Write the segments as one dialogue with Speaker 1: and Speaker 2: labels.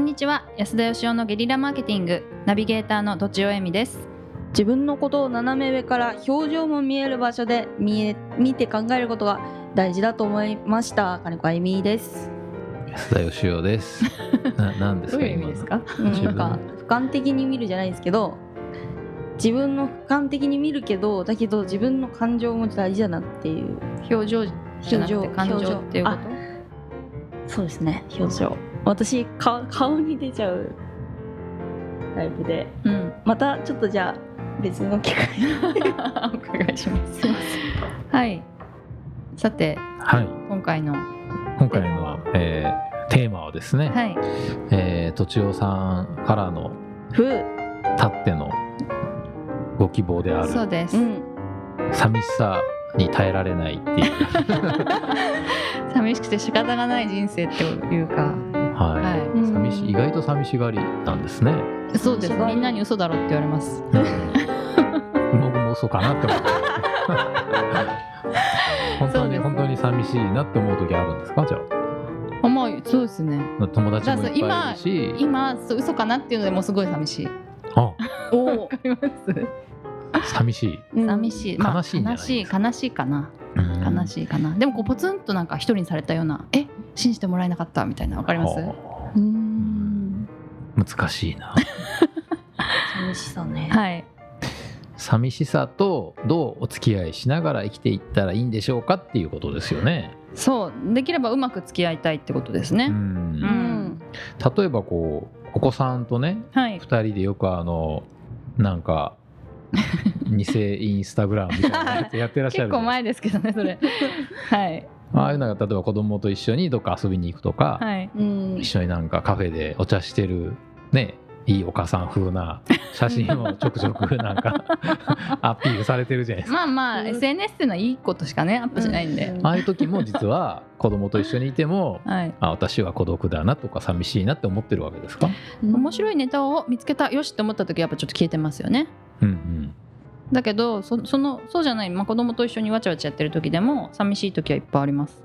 Speaker 1: にちは安田義雄のゲリラマーケティングナビゲーターの土地尾恵美です
Speaker 2: 自分のことを斜め上から表情も見える場所で見え見て考えることが大事だと思いました金子あゆみです
Speaker 3: 安田義雄です。ななんですか今の
Speaker 1: か
Speaker 2: うん
Speaker 3: 自
Speaker 2: な
Speaker 3: 分
Speaker 2: んか俯瞰的に見るじゃないですけど自分の俯瞰的に見るけどだけど自分の感情も大事だなっていう
Speaker 1: 表情じゃなくて感情っていうこと
Speaker 2: そうですね表情私顔顔に出ちゃうタイプで
Speaker 1: うん
Speaker 2: またちょっとじゃあ別の機会に
Speaker 1: お伺いします
Speaker 2: すいま
Speaker 1: はいさて
Speaker 3: はい。
Speaker 1: 今回の
Speaker 3: 今回の、えーテーマはですね、
Speaker 1: はい
Speaker 3: えー、とちおさんからの
Speaker 2: ふう
Speaker 3: たってのご希望であ
Speaker 1: そう
Speaker 3: る
Speaker 1: です、
Speaker 2: ん
Speaker 3: 寂しさに耐えられないっていう、
Speaker 1: 寂しくて仕方がない人生っていうか
Speaker 3: はい
Speaker 1: は
Speaker 2: うん
Speaker 3: 寂し意外と寂しがりなんですね。
Speaker 1: いそうです
Speaker 2: すごい
Speaker 1: みんなに嘘だろって言われます
Speaker 3: 僕もそうかなって思って。本 当
Speaker 1: そうで
Speaker 3: に
Speaker 1: す
Speaker 3: 本当に寂しいなって思う時あるんですかじゃ
Speaker 1: あまあそうですね
Speaker 3: あ友達もいっぱいいるし
Speaker 1: 今そう嘘かなっていうのでもうすごい寂しい
Speaker 3: あ
Speaker 2: お
Speaker 1: あります
Speaker 3: 寂しい、
Speaker 1: 寂しい、
Speaker 3: 悲しいんじゃない
Speaker 1: 悲しい悲しいかな
Speaker 3: うん
Speaker 1: 悲しいかな、でもこうポツンとなんか一人にされたようなえ信じてもらえなかったみたいなわかります
Speaker 3: は
Speaker 2: うーん
Speaker 3: あ難しいな
Speaker 2: 寂しさね
Speaker 1: はい
Speaker 3: 寂しさとどうお付き合いしながら生きていったらいいんでしょうかっていうことですよね。
Speaker 1: そうできればうまく付き合いたいってことですね、
Speaker 3: うん
Speaker 1: う
Speaker 2: うんん
Speaker 3: 例えばこうお子さんとね
Speaker 1: はい
Speaker 3: 2人でよくあのな んか偽インスタグラムみたいなやつやってらっしゃ
Speaker 1: 結
Speaker 3: る
Speaker 1: 構前ですけどねそ れはい
Speaker 3: ああいうのが例えば子供と一緒にどっか遊びに行くとか、
Speaker 1: はい
Speaker 2: うん
Speaker 3: 一緒になんかカフェでお茶してるねいいお母さん風 な写真をちょくちょくなんかアピールされてるじゃないですか
Speaker 1: まあまあ、
Speaker 2: うん
Speaker 1: SNS っていうのはいいことしかねアップしないんで、
Speaker 2: う
Speaker 3: ああいう時も実は子供と一緒にいても
Speaker 1: はい
Speaker 3: あ私は孤独だなとか寂しいなって思ってるわけですか、
Speaker 1: 面白いネタを見つけたよしって思った時やっぱちょっと消えてますよね
Speaker 3: うん
Speaker 1: だけどそそのそうじゃない、まあ、子供と一緒にわちゃわちゃやってる時でも寂しい時はいっぱいあります、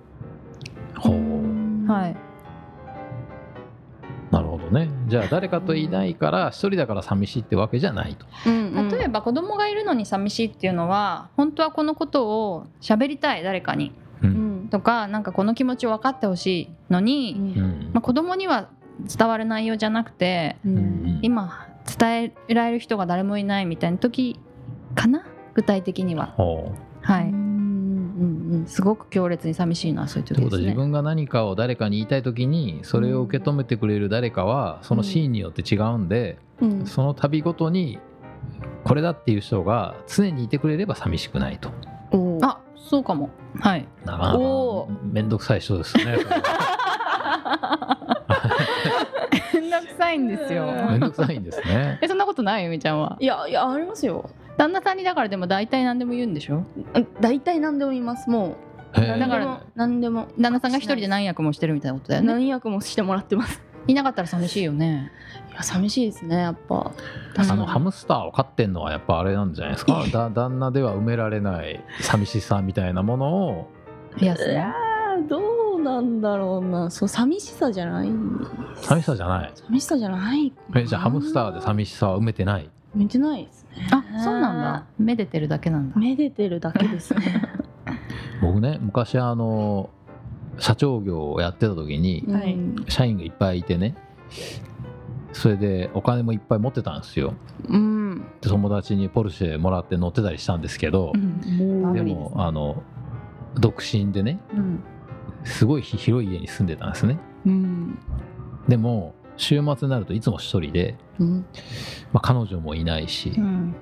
Speaker 3: うん、ほう
Speaker 1: はい
Speaker 3: なるほどねじゃあ誰かといないから一人だから寂しいってわけじゃないと、
Speaker 2: うん
Speaker 1: 例えば子供がいるのに寂しいっていうのは本当はこのことを喋りたい誰かに
Speaker 3: う
Speaker 2: うんん
Speaker 1: とかなんかこの気持ちを分かってほしいの
Speaker 2: う
Speaker 1: に、
Speaker 3: うんん
Speaker 1: まあ、子供には伝わる内容じゃなくて
Speaker 2: う
Speaker 3: うんん
Speaker 1: 今伝えられる人が誰もいないみたいな時かな具体的には
Speaker 3: ほう
Speaker 1: は
Speaker 2: う
Speaker 1: い
Speaker 2: ん
Speaker 1: すごく強烈に寂しいのはそういう
Speaker 3: って
Speaker 1: 時で
Speaker 3: こと
Speaker 1: す
Speaker 3: は自
Speaker 1: ね
Speaker 3: 分が何かを誰かに言いたい時にそれを受け止めてくれる誰かはそのシーンによって違うんで、
Speaker 2: うんうん
Speaker 3: その度ごとにこれだっていう人が常にいてくれれば寂しくないと。
Speaker 2: おー
Speaker 1: あそうかもはい
Speaker 3: なかなか
Speaker 2: おー
Speaker 3: めんどくさい人ですね。
Speaker 1: めんどくさいんですよ
Speaker 2: うん
Speaker 3: めんどくさいんですね。
Speaker 1: えそんなことないゆみちゃんはい
Speaker 2: やいやありますよ
Speaker 1: 旦那さんにだからでも大体何でも言うんでしょ
Speaker 2: うん大体何でも言いますもう
Speaker 3: へー
Speaker 2: 何でも何でも
Speaker 1: 旦那さんが一人で何役もしてるみたいなことだよね
Speaker 2: 何役もしてもらってます
Speaker 1: いなかったら寂しいよね
Speaker 2: いや寂しいですねやっぱ
Speaker 3: あのハムスターを飼ってんのはやっぱあれなんじゃないですかだ旦那では埋められない寂しさみたいなものを
Speaker 1: いや
Speaker 2: いやーどうなんだろうなそう寂しさじゃない
Speaker 3: 寂しさじゃない
Speaker 2: 寂しさじゃないかな
Speaker 3: えじゃあハムスターで寂しさは埋めてない
Speaker 2: めてないですね
Speaker 1: あそうなんだめでてるだけなんだ
Speaker 2: めでてるだけですね
Speaker 3: 僕ね昔あの社長業をやってた時に
Speaker 1: はい
Speaker 2: うん
Speaker 3: 社員がいっぱいいてねそれでお金もいっぱい持ってたんですよ
Speaker 2: うん
Speaker 3: で友達にポルシェもらって乗ってたりしたんですけど
Speaker 2: もう
Speaker 3: で
Speaker 1: いいです
Speaker 3: も
Speaker 1: ね
Speaker 3: あの独身でね
Speaker 1: うん
Speaker 3: すごい広い家に住んでたんですね
Speaker 2: うん
Speaker 3: でも週末になるといつも一人で、
Speaker 2: うん
Speaker 3: まあ、彼女もいないし、
Speaker 1: うん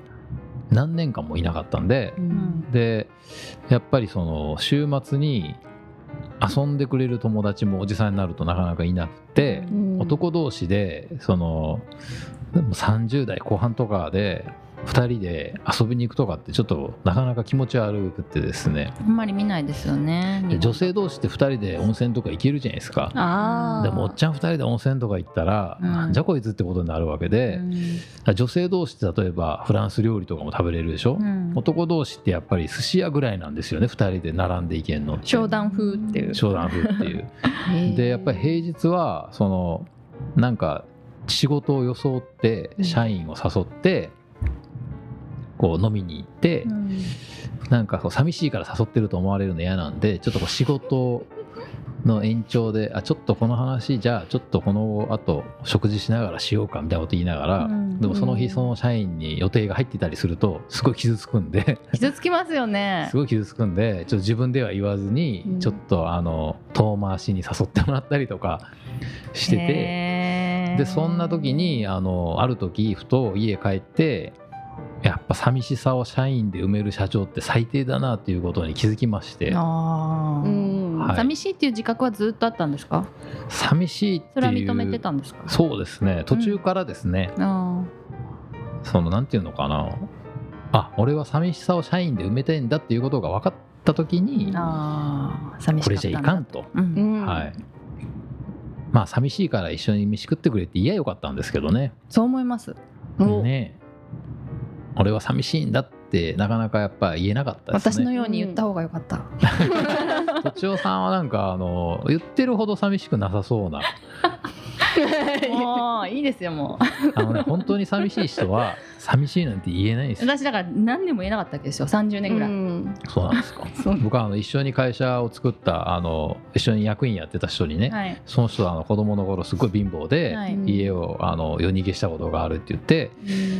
Speaker 3: 何年間もいなかったんで
Speaker 2: う、
Speaker 1: ん
Speaker 2: ん
Speaker 3: でやっぱりその週末に遊んでくれる友達もおじさんになるとなかなかいなくて、
Speaker 2: うん
Speaker 3: 男同士でそのでも30代後半とかで2人で遊びに行くとかってちょっとなかなか気持ち悪くてですね
Speaker 1: あんまり見ないですよね
Speaker 3: で女性同士って2人で温泉とか行けるじゃないですか。
Speaker 2: あー
Speaker 3: でもおっちゃん2人で温泉とか行ったら、
Speaker 1: うん
Speaker 3: なんじゃこいつってことになるわけで、女性同士って例えばフランス料理とかも食べれるでしょ、
Speaker 1: うん
Speaker 3: 男同士ってやっぱり寿司屋ぐらいなんですよね2人で並んでいけんのって
Speaker 1: 商談風っていう
Speaker 3: 商談風っていう
Speaker 2: へー
Speaker 3: でやっぱり平日はそのなんか仕事を装って
Speaker 1: うん
Speaker 3: 社員を誘って、こう飲みに行って、
Speaker 1: うん
Speaker 3: なんかこう寂しいから誘ってると思われるの嫌なんでちょっとこう仕事の延長であちょっとこの話じゃあちょっとこのあと食事しながらしようかみたいなこと言いながら、
Speaker 1: うん
Speaker 3: でもその
Speaker 2: う
Speaker 3: 日
Speaker 2: ん
Speaker 3: その社員に予定が入ってたりするとすごい傷つくんで
Speaker 1: 傷つきますよね
Speaker 3: す。ごい傷つくんでちょっと自分では言わずに、
Speaker 1: うん
Speaker 3: ちょっとあの遠回しに誘ってもらったりとかしてて。
Speaker 1: へー
Speaker 3: でそんな時にあのある時ふと家帰ってやっぱ寂しさを社員で埋める社長って最低だなということに気づきまして
Speaker 1: あー
Speaker 2: うん
Speaker 3: はい
Speaker 1: 寂しいっていう自覚はずっとあったんですか
Speaker 3: 寂しいっていう
Speaker 1: それは認めてたんですか
Speaker 3: そうですね途中からですね、
Speaker 1: あ
Speaker 3: そのなんていうのかなあ俺は寂しさを社員で埋めてんだっていうことが分かった時
Speaker 1: ー
Speaker 3: に
Speaker 1: あー寂し
Speaker 3: こ
Speaker 1: か
Speaker 3: れ
Speaker 1: った
Speaker 3: じ
Speaker 1: ん
Speaker 3: ゃ
Speaker 1: だ
Speaker 3: いかんと、
Speaker 1: う
Speaker 2: うんん
Speaker 3: はいまあ寂しいから一緒に飯食ってくれって言えばよかったんですけどね
Speaker 1: そう思います
Speaker 2: お
Speaker 3: ねえ俺は寂しいんだってなかなかやっぱ言えなかったですね
Speaker 1: 私のように言った方が良かった、
Speaker 3: とちおさんはなんかあの言ってるほど寂しくなさそうな
Speaker 1: もういいですよもう
Speaker 3: あのね本当に寂しい人は寂しいなんて言えないんですよ
Speaker 1: 私だから何年も言えなかったわけですよ30年ぐらい、
Speaker 2: うん
Speaker 3: そうなんですか
Speaker 1: そう
Speaker 3: 僕はあの一緒に会社を作ったあの一緒に役員やってた人にね、
Speaker 1: はい、
Speaker 3: その人はあの子供の頃すごい貧乏で、
Speaker 1: はい
Speaker 2: うん
Speaker 3: 家をあの夜逃げしたことがあるって言って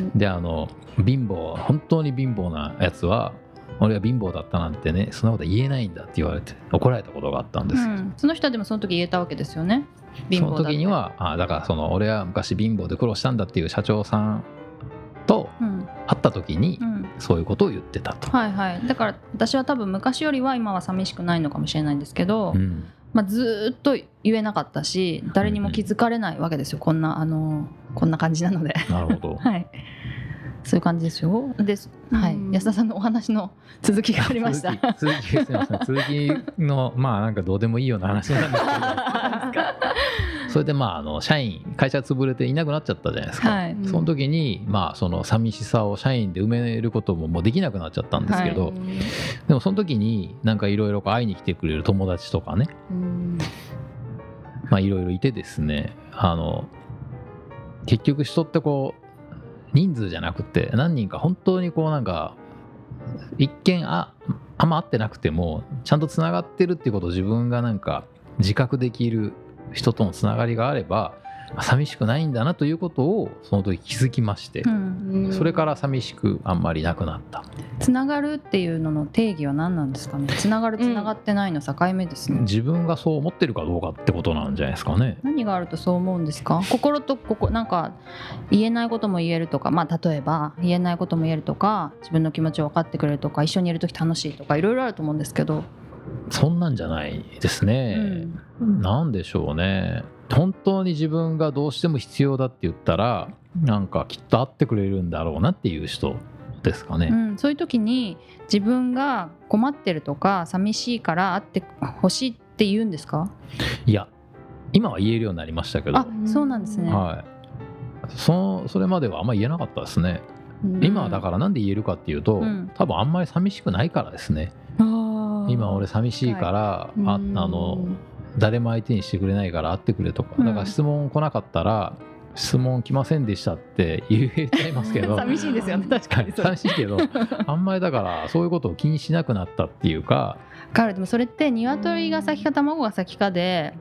Speaker 2: うん
Speaker 3: であの貧乏本当に貧乏なやつは俺は貧乏だったなんてねそんなこと言えないんだって言われて怒られたことがあったんですよ、
Speaker 1: うんその人はでもその時言えたわけですよね貧
Speaker 3: そ
Speaker 1: 乏だ
Speaker 3: の
Speaker 1: って
Speaker 3: 時に、はあだからその俺は昔貧乏で苦労したんだっていう社長さんと
Speaker 1: うん
Speaker 3: 会った時に
Speaker 1: うん、
Speaker 3: そういうことを言ってたと、
Speaker 1: はいはいだから私は多分昔よりは今は寂しくないのかもしれないんですけど、
Speaker 3: うん
Speaker 1: まあ、ずーっと言えなかったし誰にも気づかれないわけですよこんなあのこんな感じなので
Speaker 3: なるほど
Speaker 1: はいそういう感じですよです、は
Speaker 2: う
Speaker 1: い、
Speaker 2: ん
Speaker 1: 安田さんのお話の続きがありました
Speaker 3: 続き続きすいません続きのまあなんかどうでもいいような話なんです けどそれでまああの社員会社潰れていなくなっちゃったじゃないです か、
Speaker 1: はい
Speaker 2: うん
Speaker 3: その時にまあその寂しさを社員で埋めることももうできなくなっちゃったんですけど、
Speaker 2: う
Speaker 3: でもその時になんかいろいろ会いに来てくれる友達とかね
Speaker 2: ん
Speaker 3: まあいろいろいてですねあの結局人ってこう人数じゃなくて何人か本当にこうなんか一見ああんま合ってなくてもちゃんとつながってるっていうことを自分がなんか自覚できる人とのつながりがあればあ寂しくないんだなということをその時気づきまして
Speaker 1: う、ん
Speaker 2: うん
Speaker 3: それから寂しくあんまりなくなった
Speaker 1: つながるっていうのの定義は何なんですかねつながる
Speaker 2: うん
Speaker 1: つながってないの境目ですね、
Speaker 3: 自分がそう思ってるかどうかってことなんじゃないですかね。
Speaker 1: 何があるとそう思うんですか心とここなんか言えないことも言えるとかまあ例えば言えないことも言えるとか自分の気持ちを分かってくれるとか一緒にいる時楽しいとかいろいろあると思うんですけど、
Speaker 3: そんなんじゃないですね。
Speaker 1: うん
Speaker 3: なんでしょうね本当に自分がどうしても必要だって言ったらなんかきっと会ってくれるんだろうなっていう人ですか
Speaker 1: う
Speaker 3: ね。
Speaker 1: ん、そういう時に自分が困ってるとか寂しいから会ってほしいって言うんですか
Speaker 3: いや今は言えるようになりましたけど
Speaker 1: あ、そうなんですね、
Speaker 3: はい、そのそれまではあんま言えなかったですね。
Speaker 2: うん
Speaker 3: 今はだからなんで言えるかっていうと、
Speaker 1: うん
Speaker 3: 多分あんまり寂しくないからですね。今俺寂しいから、ああの誰も相手にしてくれないから会ってくれとか、
Speaker 1: うん
Speaker 3: だから質問来なかったら質問来ませんでしたって 言えちゃいますけ ど。
Speaker 1: 寂しいですよね確かにそれ
Speaker 3: 寂しいけどあんまりだからそういうことを気にしなくなったっていうか
Speaker 1: カールでもそれって鶏が先か卵が先かで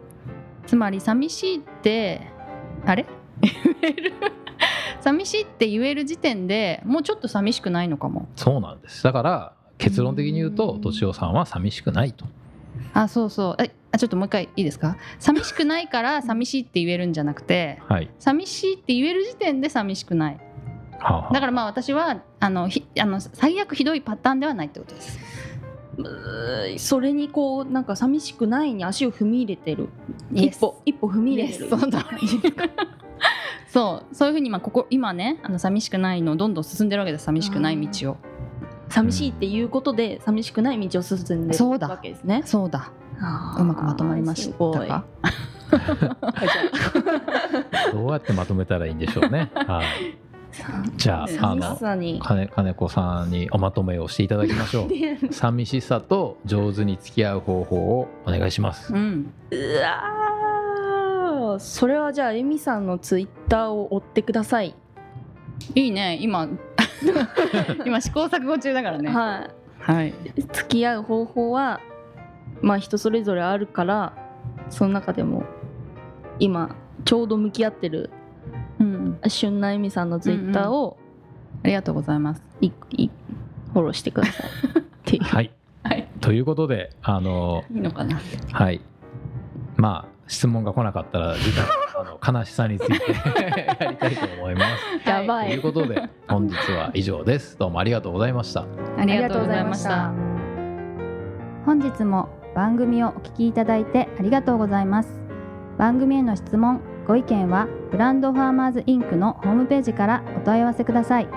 Speaker 1: つまり寂しいってあれ 言える寂しいって言える時点でもうちょっと寂しくないのかも
Speaker 3: そうなんですだから結論的に言う
Speaker 2: う
Speaker 3: と
Speaker 2: ん
Speaker 3: とちおさんは寂しくないと
Speaker 1: あそうそうえあちょっともう一回いいですか寂しくないから寂しいって言えるんじゃなくて
Speaker 3: はい
Speaker 1: 寂しいって言える時点で寂しくない
Speaker 3: はあはあ
Speaker 1: だからまあ私はあのひあの最悪ひどいパターンではないってことです
Speaker 2: うーそれにこうなんか寂しくないに足を踏み入れてる一歩一歩踏み入れてる
Speaker 1: その通りそうそういうふうに今ここ今ねあの寂しくないのをどんどん進んでるわけです寂しくない道を
Speaker 2: 寂しいっていうことで寂しくない道を進んでる
Speaker 1: そうだ
Speaker 2: わけですね
Speaker 1: そうだ
Speaker 2: あー
Speaker 1: うまくまとまりました
Speaker 2: すごい
Speaker 1: か
Speaker 3: どうやってまとめたらいいんでしょう ね、はい、じゃああ
Speaker 2: 寂し
Speaker 3: の
Speaker 2: さに
Speaker 3: 金金子さんにおまとめをしていただきまし ょう寂しさと上手に付き合う方法をお願いします
Speaker 1: うん
Speaker 2: うわーあそれはじゃあエミさんのツイッターを追ってください、
Speaker 4: いいね今 今試行錯誤中だからねは
Speaker 2: はいい付き合う方法はまあ人それぞれあるからその中でも今ちょうど向き合ってる
Speaker 4: うん、
Speaker 2: 旬なエミさんのツイッターを
Speaker 4: ありがとうございます
Speaker 2: い、いフォローしてくださいっていう
Speaker 3: はい、
Speaker 4: はい
Speaker 3: ということであの
Speaker 4: いいのかな
Speaker 3: はいまあ質問が来なかったら次 回あの悲しさについて やりたいと思います。
Speaker 2: やば
Speaker 4: はい
Speaker 3: ということで本日は以上です。どうもありがとうございました。
Speaker 4: ありがとうございました
Speaker 1: 本日も番組をお聞きいただいてありがとうございます番組への質問ご意見はブランドファーマーズインクのホームページからお問い合わせください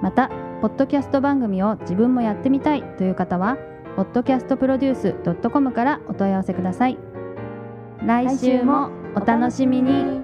Speaker 1: またポッドキャスト番組を自分もやってみたいという方は podcastproduce.com からお問い合わせください来週もお楽しみに